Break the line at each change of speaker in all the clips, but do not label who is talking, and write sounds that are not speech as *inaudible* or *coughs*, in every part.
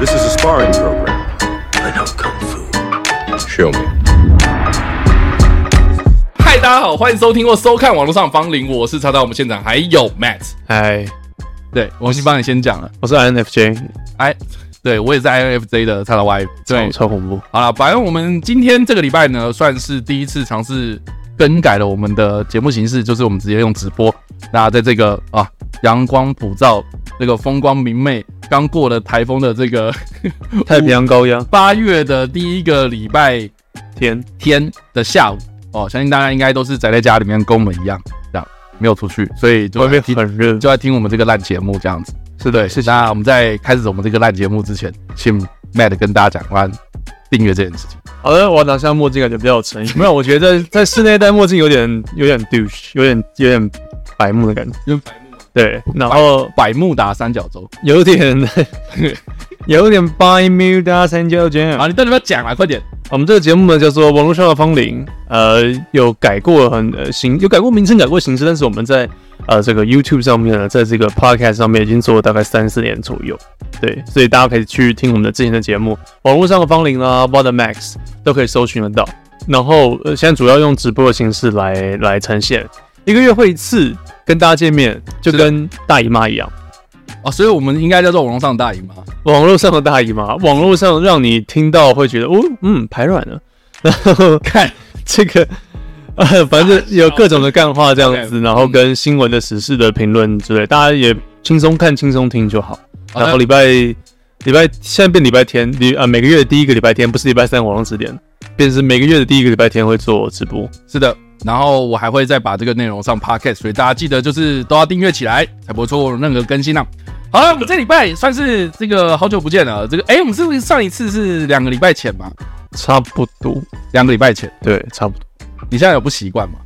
sparring program. I know kung fu. Show me.
嗨，大家好，欢迎收听或收看网络上芳龄，我是查到我们现场还有 Matt，
嗨，
对我先帮你先讲了，
我是 INFJ，
哎，对我也是 INFJ 的查到 Y，
超
对，
超恐怖，
好了，反正我们今天这个礼拜呢，算是第一次尝试更改了我们的节目形式，就是我们直接用直播。那在这个啊阳光普照、这个风光明媚、刚过了台风的这个 *laughs*
太平洋高压
八月的第一个礼拜
天，
天的下午哦，相信大家应该都是宅在家里面，跟我们一样，这样没有出去，所以就
外面
听
很热，
就在听我们这个烂节目这样子。
是
对，
谢谢。
那我们在开始我们这个烂节目之前，请 Matt 跟大家讲关于订阅这件事情。
好的，我要拿下墨镜，感觉比较有诚意。 *laughs* 没有，我觉得在在室内戴墨镜有点有点 douche，有点有点白目的感觉。
因为
对，然后
百慕达三角洲
有点 *laughs* 有点白目大三角尖。
啊！你到底要不要讲啊？快点！
我们这个节目呢叫做《网络上的芳龄》，呃，有改过很呃形，有改过名称，改过形式，但是我们在呃这个 YouTube 上面呢，在这个 Podcast 上面已经做了大概三四年左右，对，所以大家可以去听我们的之前的节目，《网络上的芳龄》啦，《w a t e Max》都可以搜寻得到。然后呃，现在主要用直播的形式来来呈现，一个月会一次跟大家见面，就是
的
跟大姨妈一样。
哦，所以我们应该叫做网络上的大姨妈。
网络上的大姨妈，网络上让你听到会觉得哦，嗯，排卵了， *laughs* 然后看 *laughs* 这个，呃，反正有各种的干话这样
啊 OK，嗯
子，然后跟新闻的时事的评论之类，大家也轻松看、轻松听就好。
好的
然后礼拜礼拜现在变礼拜天，礼呃每个月的第一个礼拜天不是礼拜三晚上十点，便是每个月的第一个礼拜天会做直播。
是的，然后我还会再把这个内容上 podcast，所以大家记得就是都要订阅起来，才不会错过任何更新啊。好了，我们这礼拜算是这个好久不见了。这个，哎、我们是不是上一次是两个礼拜前嘛？
差不多，
两个礼拜前，
对，差不多。
你现在有不习惯吗？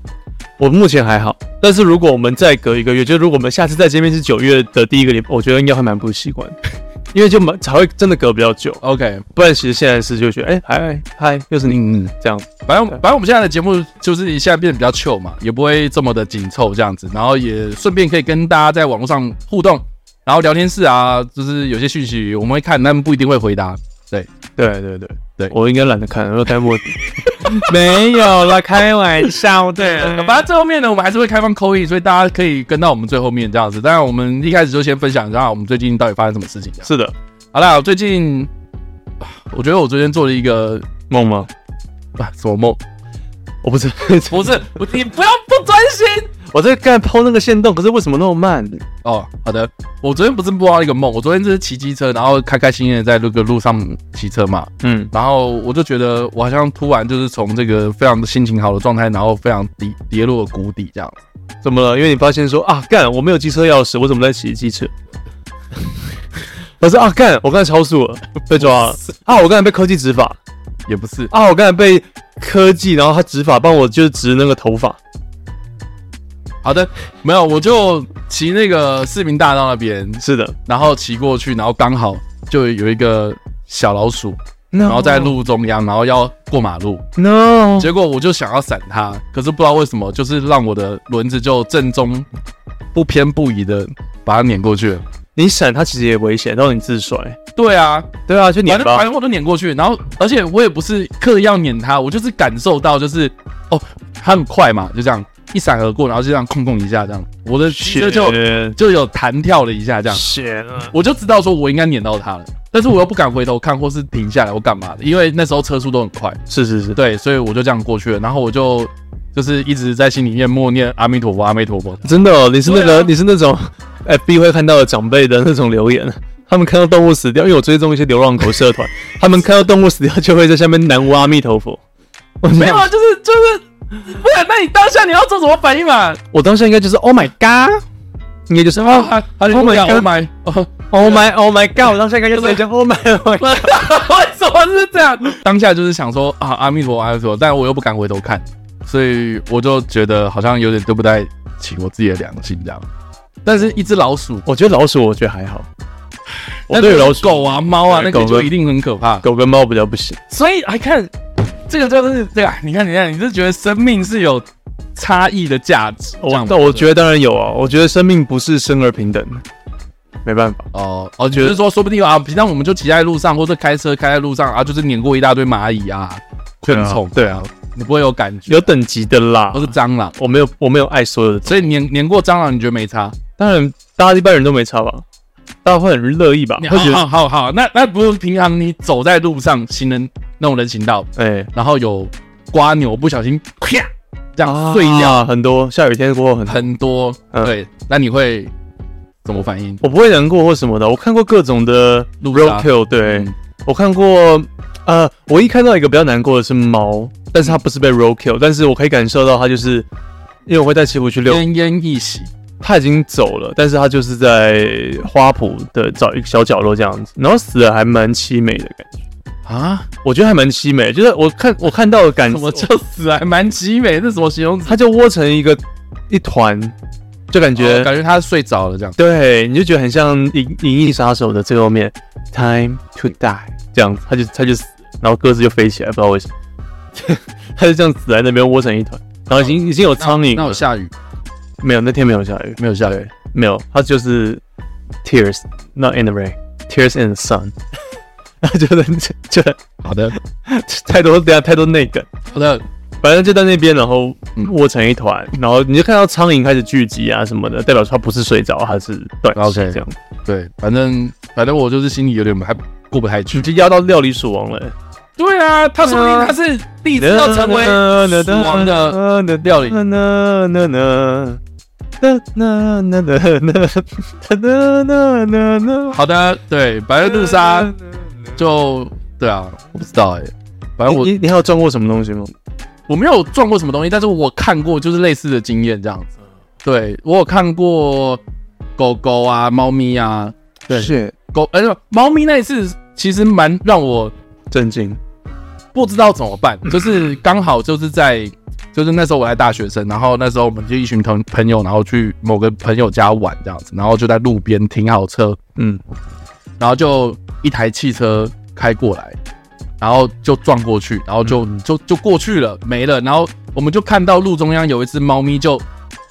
我目前还好，但是如果我们再隔一个月，就是如果我们下次再见面是九月的第一个礼拜，我觉得应该会蛮不习惯， *laughs* 因为就蛮才会真的隔比较久，
OK，
不然其实现在是就觉得哎嗨嗨又是你 *laughs*
嗯嗯，
这样，
反正反正我们现在的节目就是现在变得比较 chill 嘛，也不会这么的紧凑这样子，然后也顺便可以跟大家在网络上互动，然后聊天室啊，就是有些讯息我们会看，但不一定会回答。
对对对
对
我应该懒得看，我戴墨镜， *laughs* 没有啦，开玩笑
呃
的
反正最后面呢，我们还是会开放扣印，所以大家可以跟到我们最后面这样子。当然，我们一开始就先分享一下我们最近到底发生什么事情这样。
*laughs* 是的，
好啦，我最近啊我觉得我昨天做了一个
梦吗？
啊什么梦？
我不知道，
不是，我你不要不专心。
我在刚才抛那个线动，可是为什么那么慢？
哦，好的。我昨天不是梦到一个梦，我昨天就是骑机车，然后开开心心的在那个路上骑车嘛，
嗯，
然后我就觉得我好像突然就是从这个非常心情好的状态，然后非常跌跌落谷底这样。
怎么了？因为你发现说啊，干，我没有机车钥匙，我怎么在骑机车？我说啊，干，我刚才超速了，被抓了啊！我刚才被科技执法
也不是，
啊！我刚才被科技，然后他执法帮我就是植那个头发，
好的，没有，我就骑那个市民大道那边，
是的，
然后骑过去，然后刚好就有一个小老鼠，
然
然后在路中央，然后要过马路，
no，
结果我就想要闪它，可是不知道为什么，就是让我的轮子就正中不偏不倚的把它碾过去了。
你闪他其实也危险，然后你自摔，
对啊，
对啊，就
反
碾
正反
吧，
正我都碾过去，然后而且我也不是刻意要碾它，我就是感受到就是哦，它很快嘛，就这样一闪而过，然后就这样空空一下这样，我的汽车就就有弹跳了一下这样。
血了，
我就知道说我应该撵到他了，但是我又不敢回头看或是停下来或干嘛的，因为那时候车速都很快，
是是是，
对，所以我就这样过去了。然后我就就是一直在心里面默念阿弥陀佛，阿弥陀佛。
真的、哦，你是那
对
个、
啊
你是那种 FB 会看到的长辈的那种留言，他们看到动物死掉，因为我追踪一些流浪狗社 *laughs* 团，他们看到动物死掉就会在下面南无阿弥陀佛。我
没有，啊，就是就是，不然那你当下你要做什么反应嘛？
我当下应该就是 Oh my God，应该就是啊
啊，他就
Oh my
讲
God
Oh my，哦
Oh my Oh my God，我当下应该就是讲 Oh my Oh
*laughs*
my，
为什么是这样？当下就是想说啊，阿弥陀佛，阿弥陀佛，但我又不敢回头看，所以我就觉得好像有点对不太起我自己的良心这样。但是一只老鼠，
我觉得老鼠我觉得还 *laughs* 好，我
但
对
是
老鼠
狗啊、猫啊，那
对
个
狗
就
跟
一定很可怕。
狗跟猫比较不行，
所以还看这个就是对啊，你看你看，你是觉得生命是有差异的价值？
我但我觉
得
得当然有啊，我觉得生命不是生而平等的，没办法。
哦哦，只是说说不定啊，平常我们就骑在路上，或者开车开在路上啊，就是碾过一大堆蚂蚁啊、昆虫，
对啊，
你不会有感觉，
有等级的啦
都。是蟑螂，
我没有，我没有爱所有的。
所以碾碾过蟑螂，你觉得没差？
当然，大家一般人都没差吧，大家会很乐意吧？
你
会觉得，
好好好，那那不是平常你走在路上，行人那种人行道，
哎，
然后有瓜牛不小心啪这样碎掉
啊很多，下雨天过后很
很多，
嗯
对，那你会怎么反应？
我不会难过或什么的。我看过各种的
路杀
roadkill，对、
嗯
我看过。呃，我一看到一个比较难过的是猫，但是它不是被 roadkill，但是我可以感受到它就是，因为我会带媳妇去遛，
奄奄一息，
它已经走了，但是它就是在花圃的找一个小角落这样子，然后死的还蛮凄美的感觉，
*laughs* 啊，
我觉得还蛮凄美的，就是我看我看到的感
什么
觉，
叫死啊还蛮凄美？这什么形容词？
它就窝成一个一团，就感觉、
哦感觉他睡着了这样。
对，你就觉得很像《银银翼杀手》的最后面，Time to die 这样子，他就他就死，然后鸽子就飞起来，不知道为什么， *laughs* 他就这样死在那边窝成一团，然后已经已经有苍蝇
那有
了，
下雨？
没有那天没有下雨，
没有下雨。
没有，他就是 tears not in the rain, tears in the sun，他觉得就
好的，
太多等下太多内梗，
好的，
反正就在那边，然后
嗯
窝成一团，然后你就看到苍蝇开始聚集啊什么的，代表它不是睡着，它是断气
OK
这样，
对，反正反正我就是心里有点还过不太去
你。就压到料理鼠王了、
对啊，他说不定他是立志要成为鼠王的
的
料理。好的，对，白日路杀就对啊，我不知道哎、反正我
你你你还有撞过什么东西吗？
我没有撞过什么东西，但是我看过就是类似的经验这样子。对我有看过狗狗啊、猫咪啊，对
是
狗哎，呃猫、咪那一次其实蛮让我
震惊。
不知道怎么办，就是刚好就是在就是那时候我还大学生，然后那时候我们就一群朋朋友，然后去某个朋友家玩这样子，然后就在路边停好车，
嗯，
然后就一台汽车开过来，然后就撞过去，然后就、就就过去了，没了。然后我们就看到路中央有一只猫咪就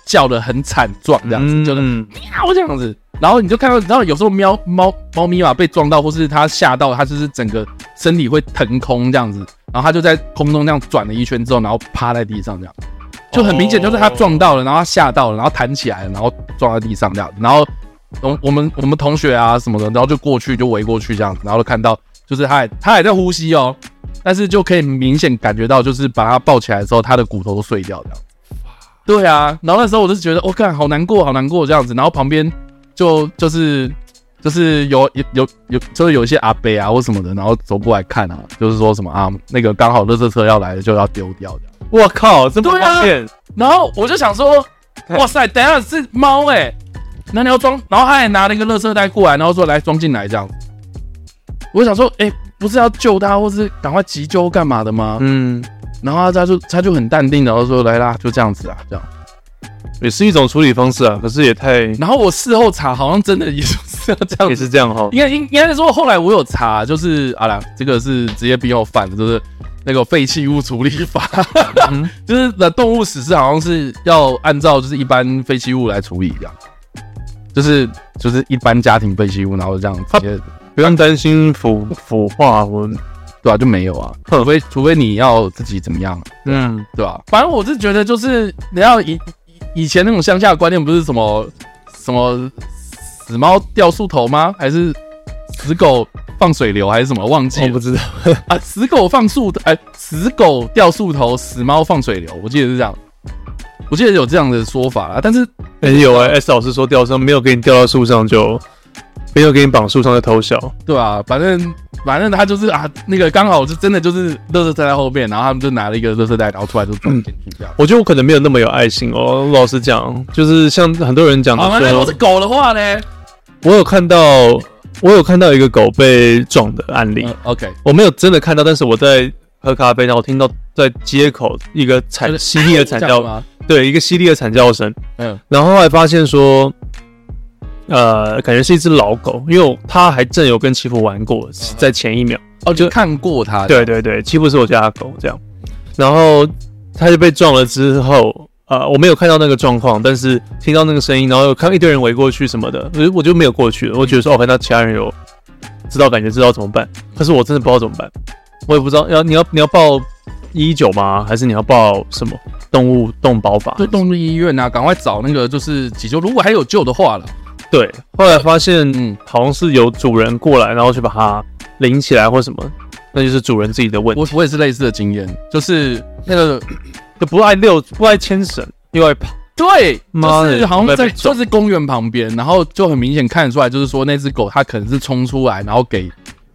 叫得很惨状，这样子，就是
嗯
喵这样子。然后你就看到，然后有时候喵猫猫咪嘛被撞到，或是它吓到，它就是整个身体会腾空这样子，然后它就在空中这样转了一圈之后，然后趴在地上这样，就很明显就是它撞到了，然后它吓到了，然后弹起来了，然后撞在地上这样子，然后我我们我们同学啊什么的，然后就过去就围过去这样子，然后就看到就是它还它还在呼吸哦，但是就可以明显感觉到，就是把它抱起来的时候，它的骨头都碎掉这样子。对啊，然后那时候我就觉得，我、哦、看好难过，好难过这样子。然后旁边就就是就是有有有有就是有一些阿伯啊或什么的，然后走过来看啊，就是说什么啊，那个刚好垃圾车要来了，就要丢掉这样。
我靠，这么
对啊
方便，
然后我就想 *laughs* 说，哇塞，等一下是猫哎、那你要装，然后他还拿了一个垃圾袋过来，然后说来装进来这样子。我想说，哎、不是要救它，或是赶快急救干嘛的吗？
嗯，
然后他就他就很淡定，然后说来啦，就这样子啊，这样。
也是一种处理方式啊，可是也太
然后我事后查，好像真的也就是要这
也
样子。
是这样哈。
应该应应该是说，后来我有查，就是啊啦，这个是职业病后犯的，就是那个废弃物处理法，
嗯
*laughs* 就是的动物死尸好像是要按照就是一般废弃物来处理一样，就是就是一般家庭废弃物，然后这样直接
不用担心腐腐化，我
对啊就没有啊，除非除非你要自己怎么样，
嗯，
对吧、反正我是觉得，就是你要以以以前那种乡下的观念，不是什么什么死猫掉树头吗？还是死狗放水流，还是什么？忘记
我
了
不知道，
啊！死狗放树，哎、死狗掉树头，死猫放水流，我记得是这样，我记得有这样的说法啦。但是
哎、有
*laughs*
哎、s 老师说吊绳没有给你吊到树上就没有给你绑树上就偷笑，
对啊，反正反正他就是啊，那个刚好就真的就是垃圾袋在后面，然后他们就拿了一个垃圾袋，然后出来就装进去这样。
我觉得我可能没有那么有爱心哦。老实讲，就是像很多人讲的
好、啊那如
说
果是狗的话呢？
我有看到，我有看到一个狗被撞的案例，
嗯，OK，
我没有真的看到，但是我在喝咖啡，然后听到在街口一个
就
惨
是
犀利的惨
*laughs* 这样
叫，
吗？
对，一个犀利的惨叫声，
嗯，
然后后来发现说，呃，感觉是一只老狗，因为我它还正有跟祈福玩过，在前一秒。
哦，
就
就看过他，
对对对，七步是我家的狗这样，然后它就被撞了之后，呃，我没有看到那个状况，但是听到那个声音，然后有看一堆人围过去什么的，我就我就没有过去了。我觉得说，哦，看到其他人有知道，感觉知道怎么办，可是我真的不知道怎么办，我也不知道要你要你要报一一九吗？还是你要报什么动物动保法？
对，动物医院啊，赶快找那个就是急救，如果还有救的话了。
对，后来发现，
嗯
嗯，好像是有主人过来，然后去把它领起来或什么，那就是主人自己的问
我
题。
我也是类似的经验，就是那个
就不爱遛，不爱牵绳，又爱跑。
对，
妈
就
的
是好像在
被撞
就是公园旁边，然后就很明显看得出来，就是说那只狗它可能是冲出来，然后给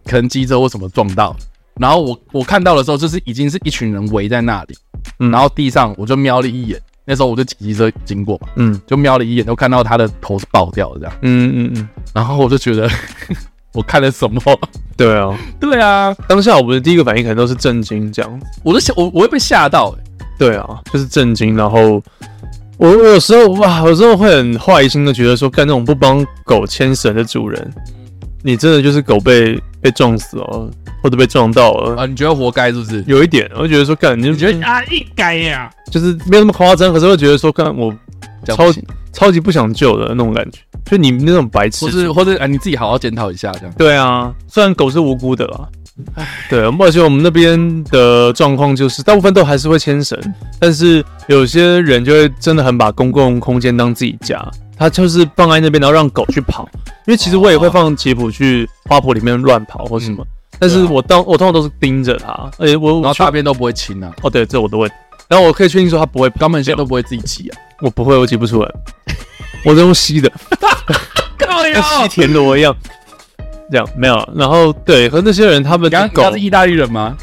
可能机车或什么撞到。然后我我看到的时候，就是已经是一群人围在那里，
嗯
然后地上我就瞄了一眼，那时候我就骑机车经过嘛，
嗯
就瞄了一眼，就看到它的头是爆掉的这样，
嗯嗯嗯，
然后我就觉得 *laughs* 我看了什么？
对啊。
对啊，
当下我们的第一个反应可能都是震惊，这样子。
我都吓我我会被吓到、欸
对啊，就是震惊。然后我我有时候哇，有时候会很坏心的觉得说，干那种不帮狗牵绳的主人，你真的就是狗被被撞死哦，或者被撞到了。
啊！你觉得活该是不是？
有一点，我就觉得说，干你就
你觉得
啊，应该呀、
就是没有那么夸张，可是会觉得说，干我
这样不
超
行
超级不想救的那种感觉，就你那种白痴
或。是或是啊，你自己好好检讨一下这样。
对啊，虽然狗是无辜的啦，对，而且我们那边的状况就是，大部分都还是会牵绳，但是有些人就会真的很把公共空间当自己家，他就是放在那边，然后让狗去跑。因为其实我也会放吉普去花圃里面乱跑或
哦
什么，但是我当我通常都是盯着它，而且我
嗯啊然后
我确
大便都不会清啊，
哦对，这我都会，然后我可以确定说它不会
肛门腺都不会自己挤啊。
我不会，我挤不出来，我都用吸的，
靠
跟吸田螺一样。这样没有，然后对，和那些人他们
你刚
狗
刚是意哦大利人吗？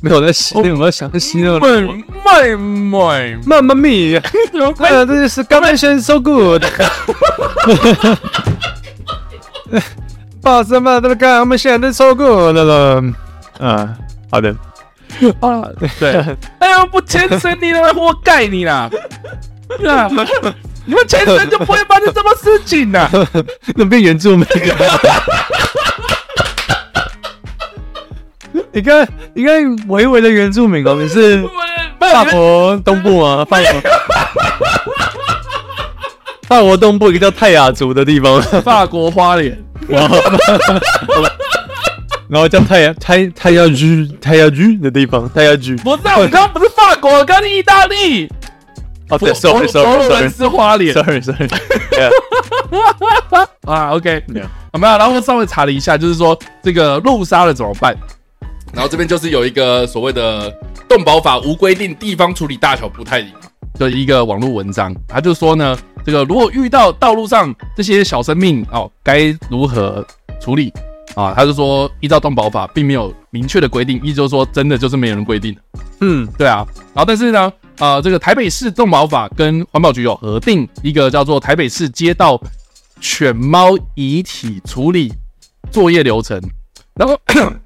没有在吸，那我在想吸那
哦
个螺。
妹妹，
妈妈咪，呃，这是刚才先 so good。爸什么都干，我们现在 so good 了。嗯，好的，
啊，对，
*laughs*
哎呦，不牵绳你了，活该你 *laughs* 啦！对啊，你们牵绳就不会发生这么事情啊 *laughs* 呐。
*laughs* 那边原住民。啊你看，你看，维维的原住民哦，你是法国东部吗？法国，法国东部一个叫泰雅族的地 *laughs* 方，
法国花脸，
然后叫泰雅泰泰雅居泰雅居的地方，泰雅居。
不是啊，我刚刚不是法国，我刚刚是意大利。
哦，对
佛
，sorry
佛
sorry
罗伦
sorry
斯花脸
sorry sorry，
啊，OK，
没有
啊没有，然后稍微查了一下，就是说这个路杀了怎么办？然后这边就是有一个所谓的动保法无规定地方处理大小不太一样的一个网络文章，他就说呢，这个如果遇到道路上这些小生命哦，该如何处理啊？他就说依照动保法并没有明确的规定，意思就是说真的就是没有人规定。
嗯
对啊，然后但是呢，呃，这个台北市动保法跟环保局有核定一个叫做台北市街道犬猫遗体处理作业流程，然后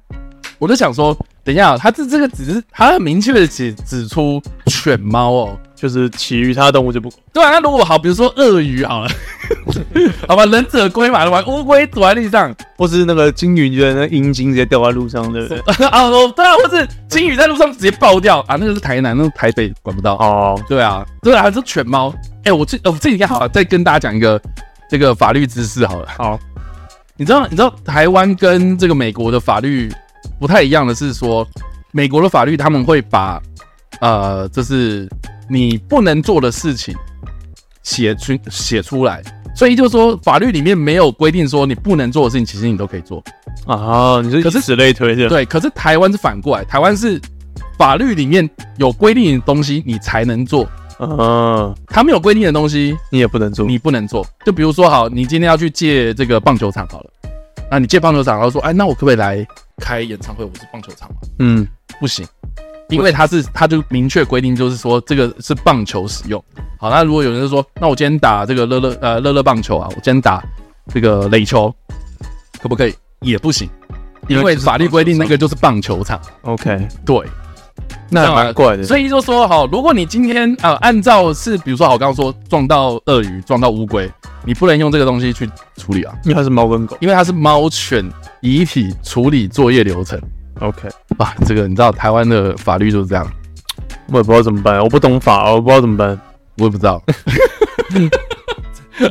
*coughs* 我就想说，等一下，他这这个只是他很明确的指指出犬猫哦，
就是其余他动物就不
对啊，那如果好，比如说鳄鱼好了， *laughs* 好吧，忍者龟嘛，玩乌龟躲在地上， *laughs*
或是那个金鱼的那阴茎直接掉在路上，对不对？
啊，哦对啊，或是金鱼在路上直接爆掉啊，那个是台南，那个台北管不到。
哦，
对啊，对啊，这犬猫。哎、我这呃我这应该好了，再跟大家讲一个这个法律知识好了。
*laughs* 好，
你知道你知道台湾跟这个美国的法律不太一样的是说，美国的法律他们会把呃，就是你不能做的事情写出写出来，所以就是说法律里面没有规定说你不能做的事情，其实你都可以做。
啊，你
可
是
是
以此类推是吧？
对，可是台湾是反过来，台湾是法律里面有规定的东西你才能做，
嗯，
他没有规定的东西
你也不能做，
你不能做。就比如说，好，你今天要去借这个棒球场好了，那你借棒球场，然后说，哎，那我可不可以来开演唱会？我是棒球场嘛，
嗯，
不行，因为他是他就明确规定，就是说这个是棒球使用。好，那如果有人就说，那我今天打这个乐乐呃乐乐棒球啊，我今天打这个垒球，可不可以？也不行，因为法律规定那个就是棒球场。
OK，
对，
那还蛮怪的，
所以就说好，如果你今天呃按照是比如说好，我刚刚说撞到鳄鱼、撞到乌龟，你不能用这个东西去处理啊，
因为它是猫跟狗
因为它是猫犬遗体处理作业流程。
，OK，
哇，这个你知道台湾的法律就是这样，
我也不知道怎么办，我不懂法，我不知道怎么办，
我也不知 *laughs* 道。好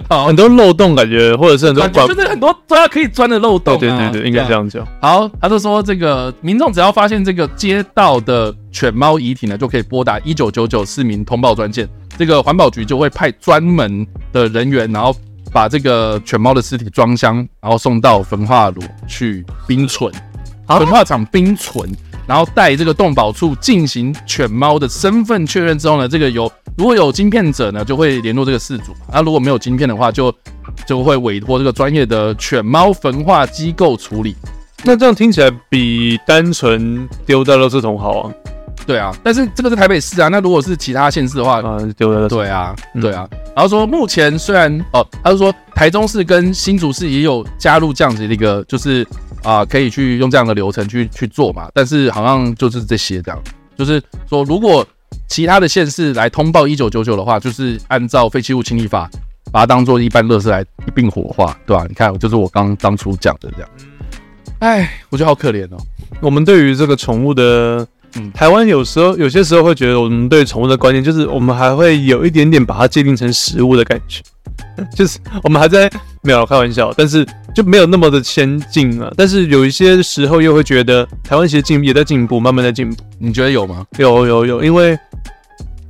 很，多哦漏洞感觉，或者是很多
反正就是很多抓可以钻的漏洞、啊。
对对对，应该这
样。
样讲。
好，他就说这个民众只要发现这个街道的犬猫遗体呢，就可以拨打一九九九市民通报专线，这个环保局就会派专门的人员，然后把这个犬猫的尸体装箱，然后送到焚化炉去冰存，焚化厂冰存，然后带这个动保处进行犬猫的身份确认之后呢，这个有如果有晶片者呢，就会联络这个事主，那、如果没有晶片的话，就就会委托这个专业的犬猫焚化机构处理。
那这样听起来比单纯丢在垃圾桶好啊！
对啊，但是这个是台北市啊，那如果是其他县市的话，
啊，丢在垃圾桶。
对啊，对啊。然后说目前虽然哦，他是说台中市跟新竹市也有加入这样子的一个，就是啊、可以去用这样的流程去去做嘛，但是好像就是这些这样，就是说如果其他的县市来通报一九九九的话，就是按照废弃物清理法。把它当做一般垃圾来一并火化，对吧、你看，就是我刚当初讲的这样。哎，我觉得好可怜哦。
我们对于这个宠物的，
嗯
台湾有时候有些时候会觉得，我们对宠物的观念就是，我们还会有一点点把它界定成食物的感觉， *laughs* 就是我们还在没有开玩笑，但是就没有那么的先进啊了。但是有一些时候又会觉得，台湾其实进也在进步，慢慢在进步。
你觉得有吗？
有有有，因为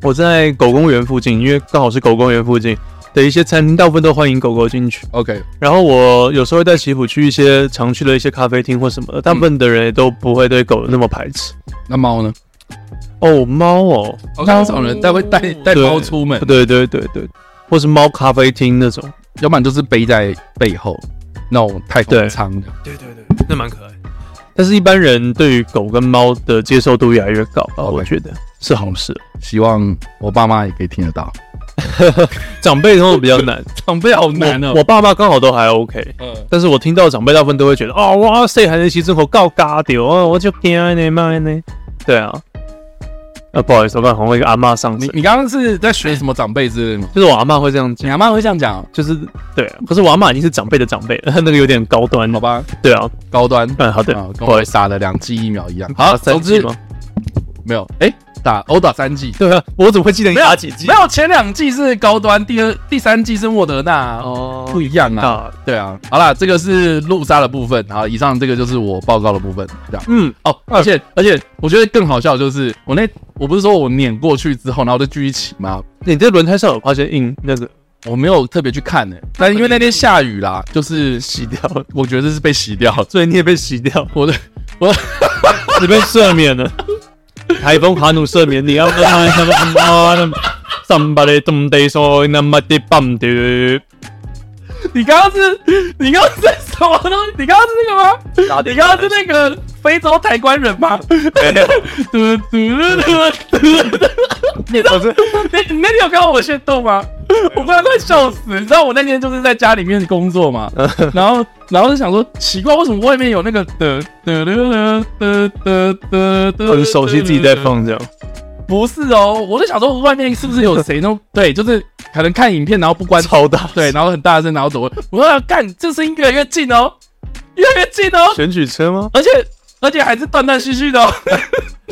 我在狗公园附近，因为刚好是狗公园附近的一些餐厅，大部分都欢迎狗狗进去。
OK，
然后我有时候会带媳妇去一些常去的一些咖啡厅或什么的，大部分的人也都不会对狗那么排斥。
那猫呢？
哦，猫哦，
我看到这种人带会带
嗯
带猫出门，
对对对对，或是猫咖啡厅那种，
要不然就是背在背后那种太空
对
舱的。
那蛮可爱。但是，一般人对于狗跟猫的接受度越来越高了，
OK
我觉得哦是好事。
希望我爸妈也可以听得到。
长辈通常比较难，
*laughs* 长辈好
我我爸妈刚好都还 OK，
哦嗯，
但是我听到长辈大部分都会觉得，哦，哇塞，还能牺牲口告嘎丢啊，我就惊呢，妈呢，对啊，啊，不好意思，我刚好红了一个阿嬷上
你
身，
你刚刚是在学什么长辈之类的吗？
就是我阿嬷会这
*laughs*
样
你
讲，
阿妈会这样讲，哦
就是对、啊，可是我阿嬷已经是长辈的长辈了，那个有点高端
好，吧？
对啊，
高端
嗯，好的，
啊，
不
跟
好
我
意思，
打了两剂疫苗一样。
啊
好，
三
总
季
之
吗？
没有，哎，打殴打三剂，
对啊，我怎么会记得你
没有
打几剂
没？有前两剂是高端，第二第三剂是莫德纳啊，
哦
不一样啊。
啊，
对啊，好啦，这个是路杀的部分，好，以上这个就是我报告的部分，这样。
嗯，
哦，而且而且，我觉得更好笑的就是我那我不是说我碾过去之后，然后就聚一起吗？
你在轮胎上有发现印那个
我没有特别去看呢、欸但因为那天下雨啦，就是
洗掉了，
我觉得是被洗掉了，
所以你也被洗掉，
我的 *laughs*
你被赦免了。台风哈努赦免你，要不然他们妈的，somebody 东得说那么的棒的，
你刚刚是，你刚刚是什么东西？你刚刚是那个吗？你刚刚是那个非洲抬棺人吗？嘟嘟嘟嘟嘟。你知道你你那天有看到我炫动吗？我不然快笑死！你知道我那天就是在家里面工作嘛，
嗯
然后然后就想说奇怪，为什么外面有那个的的的的的的的，
很熟悉自己在放这样。
不是哦，我就想说外面是不是有谁呢？对，就是可能看影片然后不关
超大
对，然后很大声，然后走过去，我要干，这声音越来越近哦，越来越近哦，
选举车吗？
而且而且还是断断续续的、哦。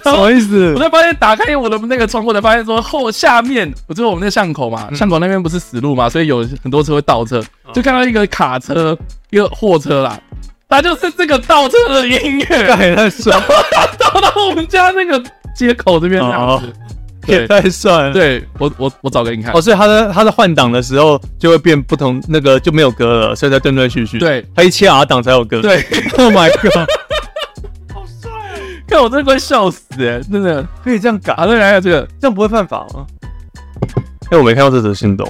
什么意思
我？才发现打开我的那个窗户，才发现说后下面，我就是我们那巷口嘛，巷口那边不是死路嘛，所以有很多车会倒车，就看到一个卡车，一个货车啦，它就是这个倒车的音乐，
也太帅，
倒到我们家那个街口这边这样子。
也
对，
太帅
*laughs*
了。，
对我我我找给你看
哦，。所以他在他在换挡的时候就会变不同，那个就没有歌了，所以才断断续续。
对，
他一切 R 档才有歌。
对，
*laughs* ，Oh my *laughs* god，
看我真的快笑死哎、真的。
可以这样改啊
好，再来一下这个，
这样不会犯法吗？哎、我没看到这则新闻。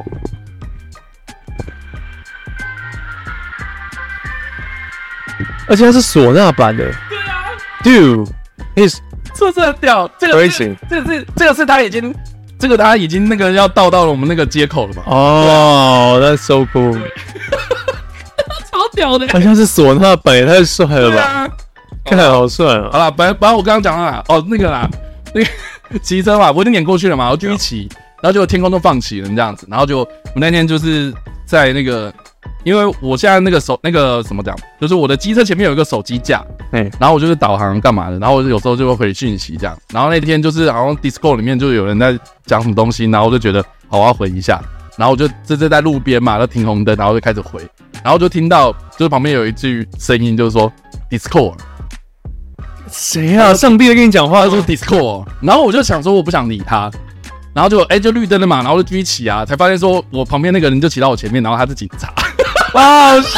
而且它是唢呐版的。对啊。Dude, he's
这这屌，这个是
Crazy
这个是这个是他已经，这个他已经那个要到到了我们那个街口了嘛，
哦、that's so cool。
超屌的。
*laughs* 好像是唢呐版，也太帅了
对
吧！
啊，
看起来好帅啊！
好啦，本来本来我刚刚讲到哪？哦，那个啦，那个骑车嘛，我已经撵过去了嘛，我就一起，然后就天空都放晴了这样子，然后就我那天就是在那个，因为我现在那个手那个怎么讲，就是我的机车前面有一个手机架，
哎，
然后我就是导航干嘛的，然后我有时候就会回讯息这样。然后那天就是好像 Discord 里面就有人在讲什么东西，然后我就觉得好，我要回一下。然后我就这这在路边嘛，就停红灯，然后就开始啊回，然后就听到就是旁边有一句声音，就是说 Discord，
谁啊？上帝在跟
*laughs*
你讲话
他说 Discord，然后我就想说我不想理他，然后就哎、就绿灯了嘛，然后就继续骑啊，才发现说我旁边那个人就骑到我前面，然后他是警察，
好哦是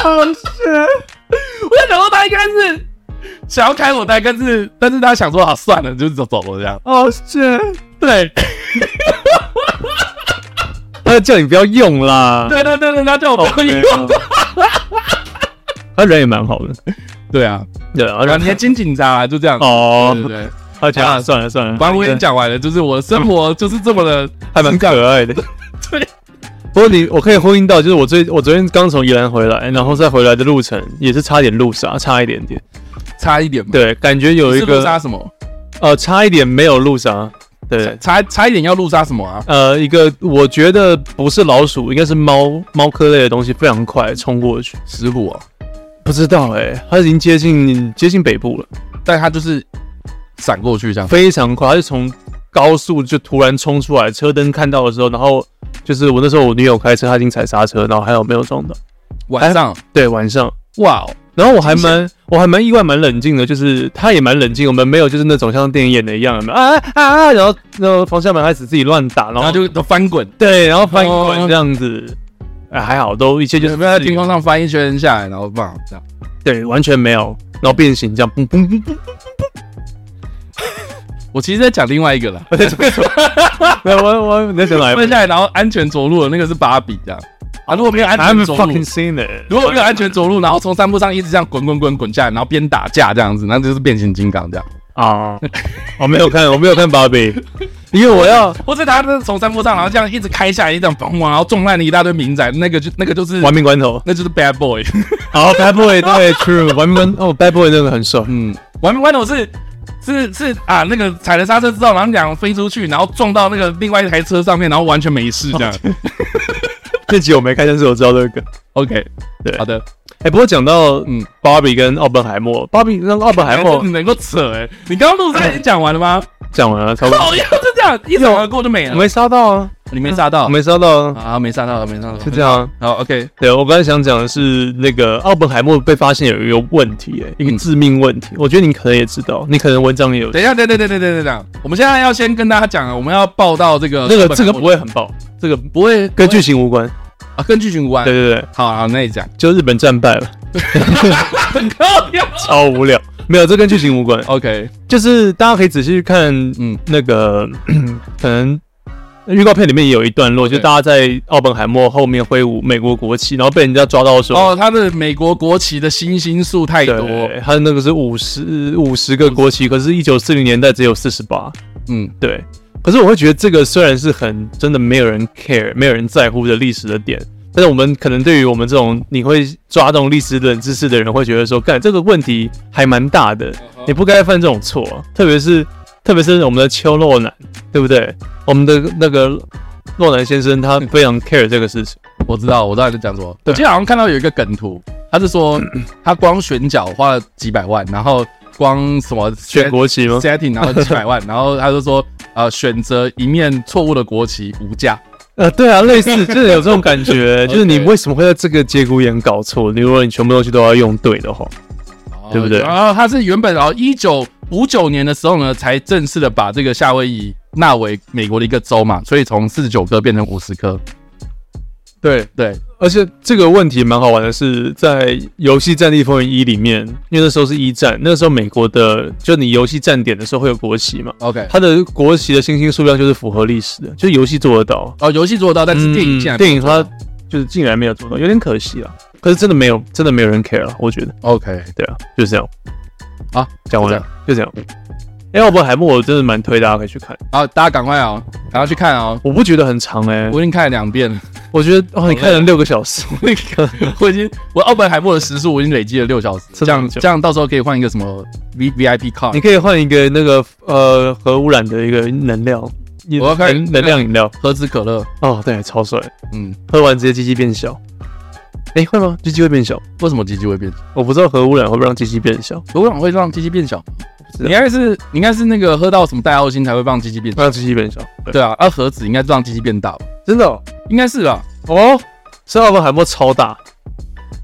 好是，
*laughs* 我就想说他应该是想要开我单，但是但是他想说好啊算了，就走走了这样，
好哦是，
对。
*laughs* 他叫你不要用啦，哦
对对对对，他叫我不要用。
他人也蛮好的，
对啊，
对啊，
然
然
后你还金警察啊，就这样。
*laughs* 哦
对，对对，
他讲啊算了算了，
反正我已经讲完了，就是我的生活就是这么的，
还蛮可爱的。
*laughs* 对，
不过你我可以呼应到，就是我最我昨天刚从宜兰回来，然后在回来的路程也是差点路杀，差一点点。
差一点嘛。，
对，感觉有一
是路杀
个
什么？
呃差一点没有路杀。对，
差差一点要路杀什么啊？
呃，一个我觉得不是老鼠，应该是猫猫科类的东西，非常快冲过去。
石虎哦，
不知道哎、它已经接近接近北部了，
但他就是闪过去这样。
非常快，它就从高速就突然冲出来，车灯看到的时候，然后就是我那时候我女友开车，她已经踩刹车，然后还有没有撞到？
晚上，
对，晚上。
哇哦，
然后我还蛮我还蛮意外蛮冷静的，就是他也蛮冷静，我们没有就是那种像电影演的一样，有没有啊啊啊，然后然后方向盘开始自己乱打，然
然
后
后就都翻滚，
对，然后翻
哦
滚这样子，哎、还好都一切就是
有没有在
自己
天空上翻一圈下来，然后棒这样。
对完全没有，然后变形这样嘣嘣嘣嘣，
我其实在讲另外一个啦，
我在这边 *laughs* 没有我我在想来
翻下来然后安全着陆的那个是芭比这样。
哦
啊，如果没有安
i *laughs*
全
m
着陆
fucking，seen it，
如果没有安全着陆，然后从山坡上一直这样滚滚滚滚下来，然后边打架这样子，那就是变形金刚这样。
啊， *laughs* 我没有看我没有看芭比，因为我要
或者他是从山坡上，然后这样一直开下来，一直砰砰，然后撞烂了一大堆民宅，那个就那个就是
*laughs* 玩命关头，
那就是 bad boy。
好 bad boy 对 true 玩命关哦 bad boy 那个很帅，
嗯，玩命关头是是是啊，那个踩了刹车之后，然后两个飞出去，然后撞到那个另外一台车上面，然后完全没事这样。
这集我没看，但是我知道这个梗。
OK，
对
好的，
哎、不过讲到
嗯
嗯，芭比跟奥本海默，芭比跟奥本海默 *laughs*
你能够扯哎、你刚刚录上已经讲完了吗？
讲完了，差不 *laughs* 多，
讨厌，就这样一闪而过就没
我
了。
没杀到啊，
你没杀
我
到，
没杀到啊，
啊，没杀到，没杀到，
就这。样啊。
好，OK，
对我刚才想讲的是，那个奥本海默被发现有一个问题、哎，一
嗯
个致命问题，我觉得你可能也知道，你可能文章也有
等一下，等等等等等等等，我们现在要先跟大家讲，我们要报道这个
那个这个不
会
会很爆，这个
不会
跟剧情无关。
啊，跟剧情无关。
对对对，
好，好，那你讲。
就日本战败了，
很靠腰。
超无聊。没有，这跟剧情无关，
OK，
就是大家可以仔细去看
嗯，
那个可能预告片里面也有一段落，就
对
大家在奥本海默后面挥舞美国国旗，然后被人家抓到说，
哦，他的美国国旗的星星数太多，
对，他那个是五十五十个国旗，可是一九四零年代只有四十八，
嗯，
对。可是我会觉得这个虽然是很真的没有人 care、没有人在乎的历史的点，但是我们可能对于我们这种你会抓动历史冷知识的人，会觉得说，干这个问题还蛮大的，你不该犯这种错、特别是特别是我们的邱若男，对不对？我们的那个若男先生他非常 care 这个事情，
我知道，我知道你在讲什么。我
对
今天好像看到有一个梗图，他是说他光选角花了几百万，然后光什么
选国旗吗？
setting 然后几百
*laughs*
万，然后他就说呃选择一面错误的国旗无价。
呃，对啊，类似就是有这种感觉， *laughs* 就是你
OK
为什么会在这个节骨眼搞错？你如果你全部东西都要用对的话，对不对
然后他是原本然后一九五九年的时候呢，才正式的把这个夏威夷纳为美国的一个州嘛，所以从四十九颗变成五十颗。
对。
对，
而且这个问题蛮好玩的是，在游戏《战地风云一》里面，因为那时候是一战，那时候美国的就你游戏站点的时候会有国旗嘛，
OK，
它的国旗的星星数量就是符合历史的，就是游戏做得到，嗯
哦，游戏做得到，但是电影竟然、
电影它就是竟然没有做到，有点可惜啊。可是真的没有，真的没有人 care 了，我觉得，
OK，
对啊，就是这样。啊
好，
讲完了，就这样。哎，奥本海默我真的蛮推大家可以去看，
好，大家赶快哦，赶快去看哦，
我不觉得很长哎、
我已经看了两遍了，
我觉得哦，你看了六个小时， *laughs*
那个 *laughs* 我已经我奥本海默的时速我已经累积了六小时，这
这
样
么久
这样到时候可以换一个什么 V V I P
你
card，
可以换一个那个呃核污染的一个能量，
我要看
能能量饮料。
喝支可乐，
哦，对，超帅，
嗯，
喝完直接鸡鸡变小。哎、会吗？鸡鸡会变小？
为什么鸡鸡会变小？
我不知道核污染会不会让鸡鸡变小，
有氧会让鸡鸡变小？
不
你
知道呃
应。该是你应该是那个喝到什么代奥星才会让鸡鸡变小，
让机器变小，对，
对啊，而盒子应该是让鸡鸡变大吧，
真的哦，
应该是吧？
哦，是奥本海默超大，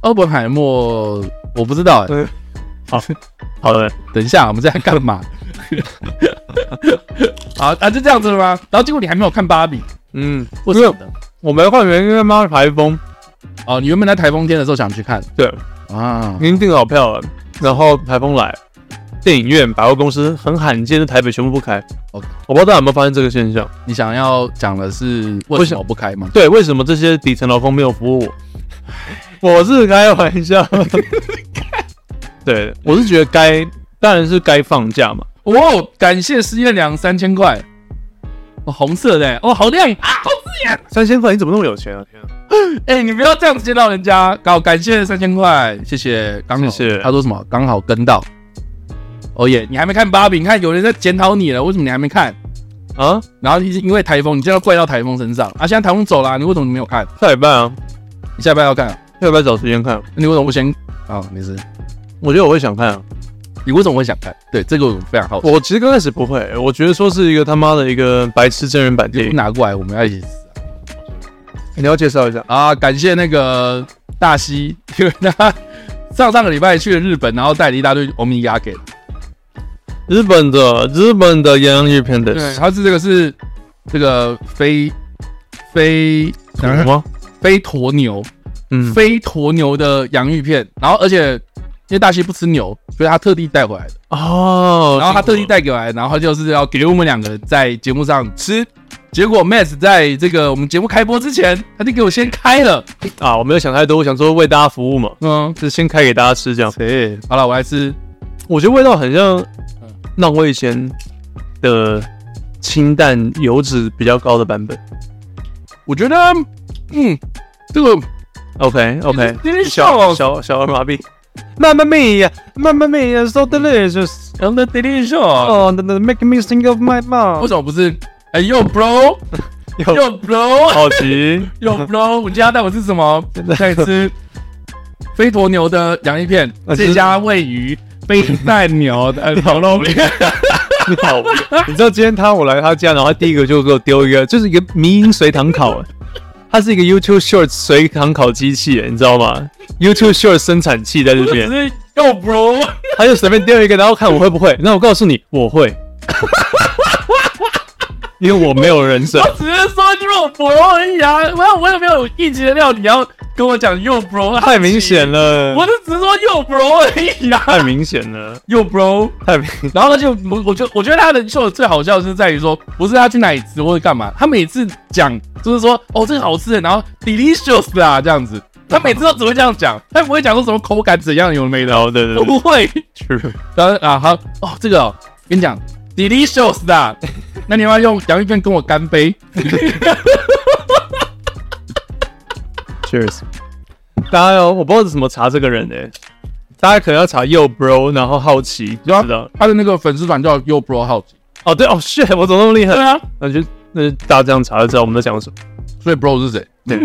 奥本海默我不知道、欸，
嗯 *laughs* 好的，
等一下我们在干嘛？ *laughs* 好啊，就这样子了吗？然后结果你还没有看芭比，
嗯，
为什么呢？
我们换原因为妈台风，
哦，你原本在台风天的时候想去看
对，
啊
已，经订好票了，然后台风来，电影院、百货公司很罕见的台北全部不开。
OK
我不知道大家有没有发现这个现象？
你想要讲的是为
为
什
什
么不开吗？
对，为什么这些底层劳工没有服务我？我是开玩 *laughs* 笑，对，我是觉得该，当然是该放假嘛。
哦，感谢失业粮三千块，哦，红色的、欸，哦，好亮啊，好刺眼！
三千块，你怎么那么有钱啊？天啊！
哎、你不要这样子见到人家，搞感谢三千块，谢谢，刚好
谢谢
他说什么？刚好跟到。哦耶，你还没看芭比？你看有人在检讨你了，为什么你还没看？
啊，
然后因为台风，你现在怪到台风身上啊！现在台风走了、你为什么没有看？
下礼拜啊，
你下礼拜要看、啊，
下礼拜找时间看。
那你为什么不先？啊、没事，
我觉得我会想看啊。
你为什么会想看？对，这个我非常好奇。
我其实刚开始不会，我觉得说是一个他妈的一个白痴真人版电
你
影。
拿过来，我们要一起死
你要介绍一下？
啊！啊感谢那个大西，因为他上上个礼拜去了日本，然后带了一大堆欧米茄给。
日本的日本的洋洋芋片的
对，他是这个是这个非非
什么？
非鸵牛，
嗯，
非鸵牛的洋芋片，然后而且因为大西不吃牛，所以他特地带回来的，
哦，
然后他特地带给我来，然后他就是要给我们两个人在节目上吃。结果 Max 在这个我们节目开播之前，他就给我先开了。
啊，我没有想太多，我想说为大家服务嘛，
嗯，
就先开给大家吃这样。
对，好了，我来吃。
我觉得味道很像
嗯
浪味仙的清淡油脂比较高的版本。
我觉得，嗯，这个
OK
你
OK，
真是笑
小小小儿麻痹。Mamma mia, mamma mia, so delicious.
on the delicious，
Oh, that making me think of my
嗯为
mom.
什么不是？哎呦，bro，
*laughs* 有
呦，bro， *laughs*
好奇，
有 bro，我家带我吃什么？在吃飞鸵牛的洋芋
*laughs*
片，
啊
这
就是
家位于飞鸵牛
*laughs*
的烤肉片。
你好，你知道今天他我来他家，然后他第一个就给我丢一个，就是一个迷因随堂考，它是一个 YouTube Short 随堂考机器，你知道吗？YouTube Short 生产器在这
只
边，
是有 bro， *laughs*
他就随便丢一个，然后看我会不会。那我告诉你，我会，因为我没有人生。
只是说就是我 bro 而已啊。我要我有没有一级的料？你要跟我讲有 bro，
太明显。了，
我就只是说有 bro 而已啊，
太明显了，
有 bro。
太明
然后他就我我觉得我觉得他的秀最好笑的是在于说，不是他去哪里吃或者干嘛，他每次讲就是说哦这个好吃，然后 delicious 啦这
嗯
样子，他每次都只会这样讲，他不会讲说什么口感怎样有没的，
了，对对对
不会。
，true，
然后啊好哦这个哦跟你讲 delicious 啦，那你要不要用洋芋片跟我干
*laughs*
杯？
Cheers！大家哦，我不知道怎么查这个人呢、大家可能要查右 bro，然后好奇，
啊
就知道。
他的那个粉丝团叫 Yo Bro 好奇，
哦，对哦，shit，我怎么那么厉害
对？啊，
那就那就大家这样查就知道我们在讲什么。
所以 Bro 是
*laughs*
谁？
对，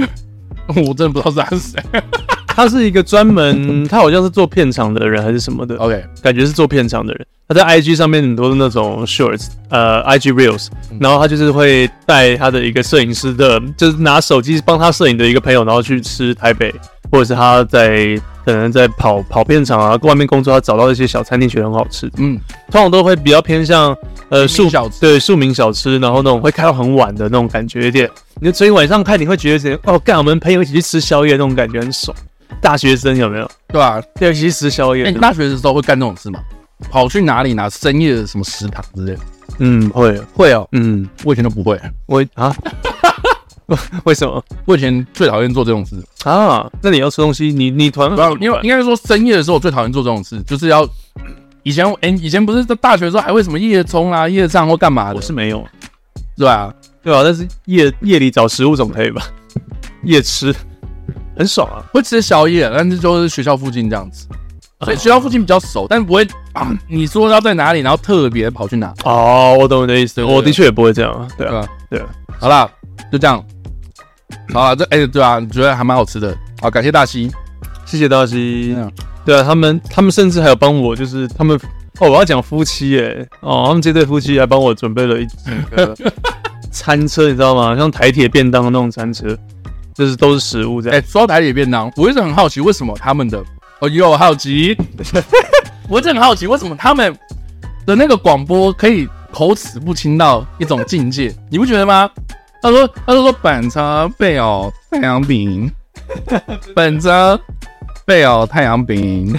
我真的不知道是他是谁。
他是一个专门，他好像是做片场的人还是什么的，
OK，
感觉是做片场的人。他在 IG 上面很多的那种 shorts，呃，IG reels，然后他就是会带他的一个摄影师的，就是拿手机帮他摄影的一个朋友，然后去吃台北，或者是他在可能在跑跑片场啊，外面工作，他找到一些小餐厅，觉得很好吃的。
嗯，
通常都会比较偏向呃
庶
庶
民小吃
对庶民小吃，然后那种会开到很晚的那种感觉，有点，你所以晚上看你会觉得有点哦，干我们朋友一起去吃宵夜那种感觉很爽。大学生有没有？
对吧？
对，一起去吃宵夜。
哎、你大学的时候会干这种事吗？跑去哪里拿深夜的什么食堂之类的？
嗯，会，
会哦，
嗯，
我以前都不会，
我啊， *laughs* 为什么
我以前最讨厌做这种事。
啊？那你要吃东西，你你团
不要，因为应该是说深夜的时候我最讨厌做这种事，就是要以前哎、以前不是在大学的时候还会什么夜冲啦、夜唱或干嘛的，
我是没有，
对吧？
对啊吧、但是夜夜里找食物总可以吧？夜吃很爽啊。
会吃宵夜，但是就是学校附近这样子，所以学校附近比较熟，但不会啊。你说要在哪里，然后特别跑去哪，
哦，我懂你的意思，
对对
我的确也不会这样啊。对
对
啊，
吧？
对啊，
好啦，就这样。好啦，这哎、对啊，觉得还蛮好吃的。好，感谢大西。
谢谢大西
嗯。
对啊，他们他们甚至还有帮我，就是他们哦，我要讲夫妻耶！哦，他们这对夫妻还帮我准备了一整个餐车，你知道吗？像台铁便当的那种餐车，就是都是食物这
哎、
样。
说到台铁便当，我一直很好奇为什么他们的，哦，又好奇， *laughs* 我一直很好奇为什么他们的那个广播可以口齿不清到一种境界，你不觉得吗？他说，他说说板车贝哦太阳饼，板车贝哦太阳饼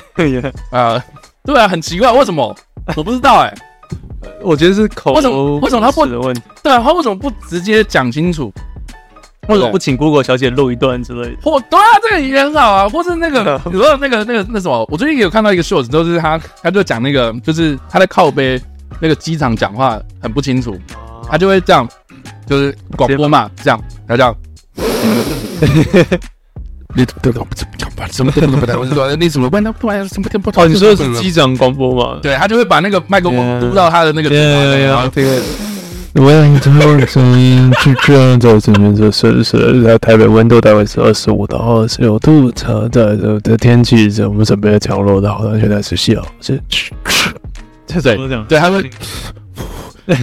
啊、对啊，很奇怪，为什么？我不知道哎、
我觉得是口
为什么为什么他不
口齿的问题？
对啊，他为什么不直接讲清楚？
为什么不请 Google 小姐录一段之类的？
或对啊，这个也很好啊，或是那 *laughs* 个，你说那个那个那什么，我最近也有看到一个 short，就是他他就讲那个，就是他在靠背那个机场讲话很不清楚，他就会这样，就是广播嘛，这样，他这样。 *laughs* 你对不怎么讲吧？什么都不我是说你怎么办？他突然什么不
哦，你说的是机长广播吗？
对他就会把那个麦克风嘟到他的那个
这个。我要你最后的声音是这样的，这边是是是，在台北温度大概是二十五到二十六度，它的的天气是我们准备的降落的，好像现在是小是，
对对，他会， *laughs*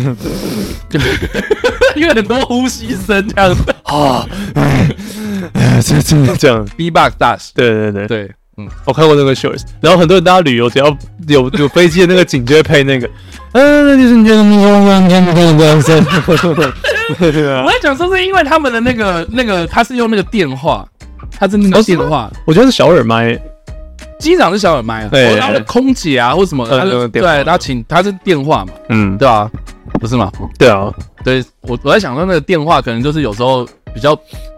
*laughs* 因为很多呼吸声这样子
这这这样，
，B-box dash，
对对对，
对，嗯，
我看过那个 shorts，然后很多人大家旅游，只要有有飞机的那个景就会配那个，嗯，就是觉得你光天光光山，对啊
我，在讲说是因为他们的那个那个，他是用那个电话，他是那个
哦是
电
吗
话，
我觉得是小耳麦，
机长是小耳麦啊，
对
哦然后空姐啊或什么，
嗯
他是
用
对，
电话
然后请他是电话嘛，
嗯，
对啊，不是吗？
对啊，
对我我在想说那个电话可能就是有时候比较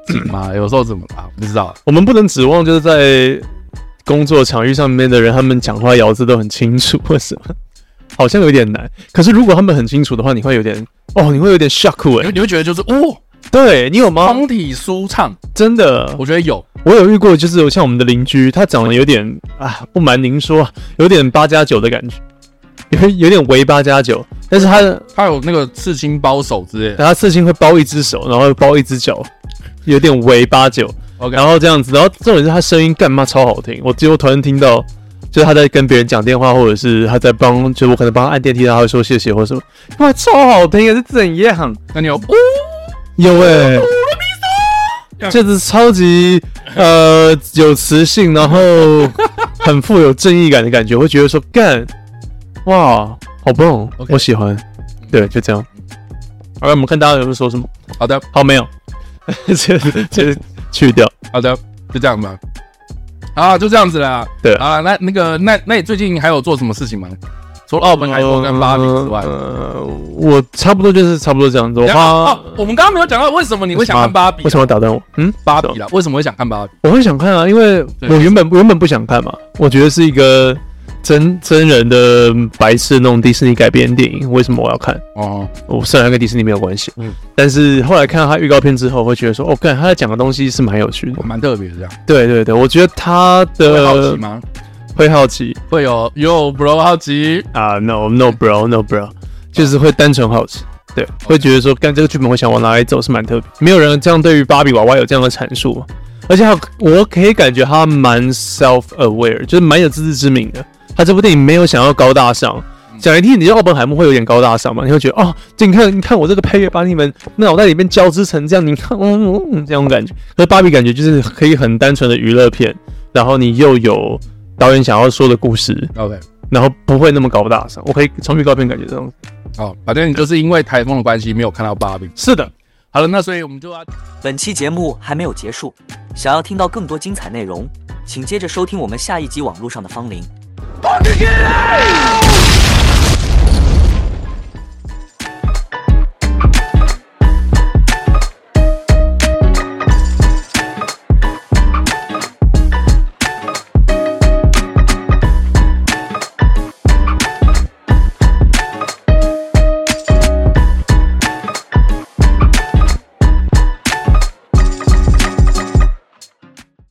紧
嗯
嘛，有时候怎么啊不知道，
我们不能指望就是在工作场域上面的人，他们讲话咬字都很清楚，为什么？好像有点难。可是如果他们很清楚的话，你会有点哦，你会有点 shock
你
哎、
会你会觉得就是哦，
对你有吗？
方体舒畅，
真的，
我觉得有，
我有遇过，就是有像我们的邻居，他长得有点啊，不瞒您说，有点八加九的感觉，有有点围八加九，但是他
他有那个刺青包手之类的
他刺青会包一只手，然后包一只脚，有点围八九，
，OK，
然后这样子，然后重点是他声音干嘛超好听，我只有突然听到，就是他在跟别人讲电话，或者是他在帮，就是我可能帮他按电梯，他会说谢谢或什么，哇，超好听啊，是怎样？
那你有哦
有哎、这是超级呃有磁性，然后很富有正义感的感觉，会觉得说干，哇，好棒哦
OK
我喜欢。对，就这样。好了，我们看大家有没有说什么？
好的
好，没有， *laughs* 这这去掉。
好的，就这样吧。啊，就这样子啦。
对
啊，那那个那那你最近还有做什么事情吗？除了澳门海风跟巴比之外，
嗯呃，我差不多就是差不多这样子。我
等一下
花
哦，我们刚刚没有讲到为什么你会想看芭比
为什么要打断我？嗯，
芭比啦？为什么会想看芭比？
我会想看啊，因为
对
我原本原本不想看嘛，我觉得是一个真真人的白痴那种迪士尼改编电影，为什么我要看？
哦，
我虽然跟迪士尼没有关系，
嗯
嗯，但是后来看到他预告片之后，会觉得说，哦，看他在讲的东西是蛮有趣的
我。蛮特别的这样。
对对对，我觉得他
会
的
好奇吗？
会好奇
会有 Yo bro 好奇
啊，no no bro no bro，就是会单纯好奇。对，会觉得说，干这个剧本会想往哪里走是蛮特别，没有人这样对于芭比娃娃有这样的阐述嘛，而且他我可以感觉他蛮 self aware，就是蛮有自知之明的。他这部电影没有想要高大上，讲一听你就奥本海默会有点高大上嘛，你会觉得哦，这你看你看我这个配乐把你们脑袋里面交织成这样，你看嗯嗯嗯这种感觉。可是芭比感觉就是可以很单纯的娱乐片，然后你又有导演想要说的故事，
，OK，
然后不会那么高大上。我可以从预告片感觉这种。
好，反正你就是因为台风的关系没有看到芭比。
是的，
好了，那所以我们就要
本期节目还没有结束，想要听到更多精彩内容，请接着收听我们下一集《网络上的芳龄》。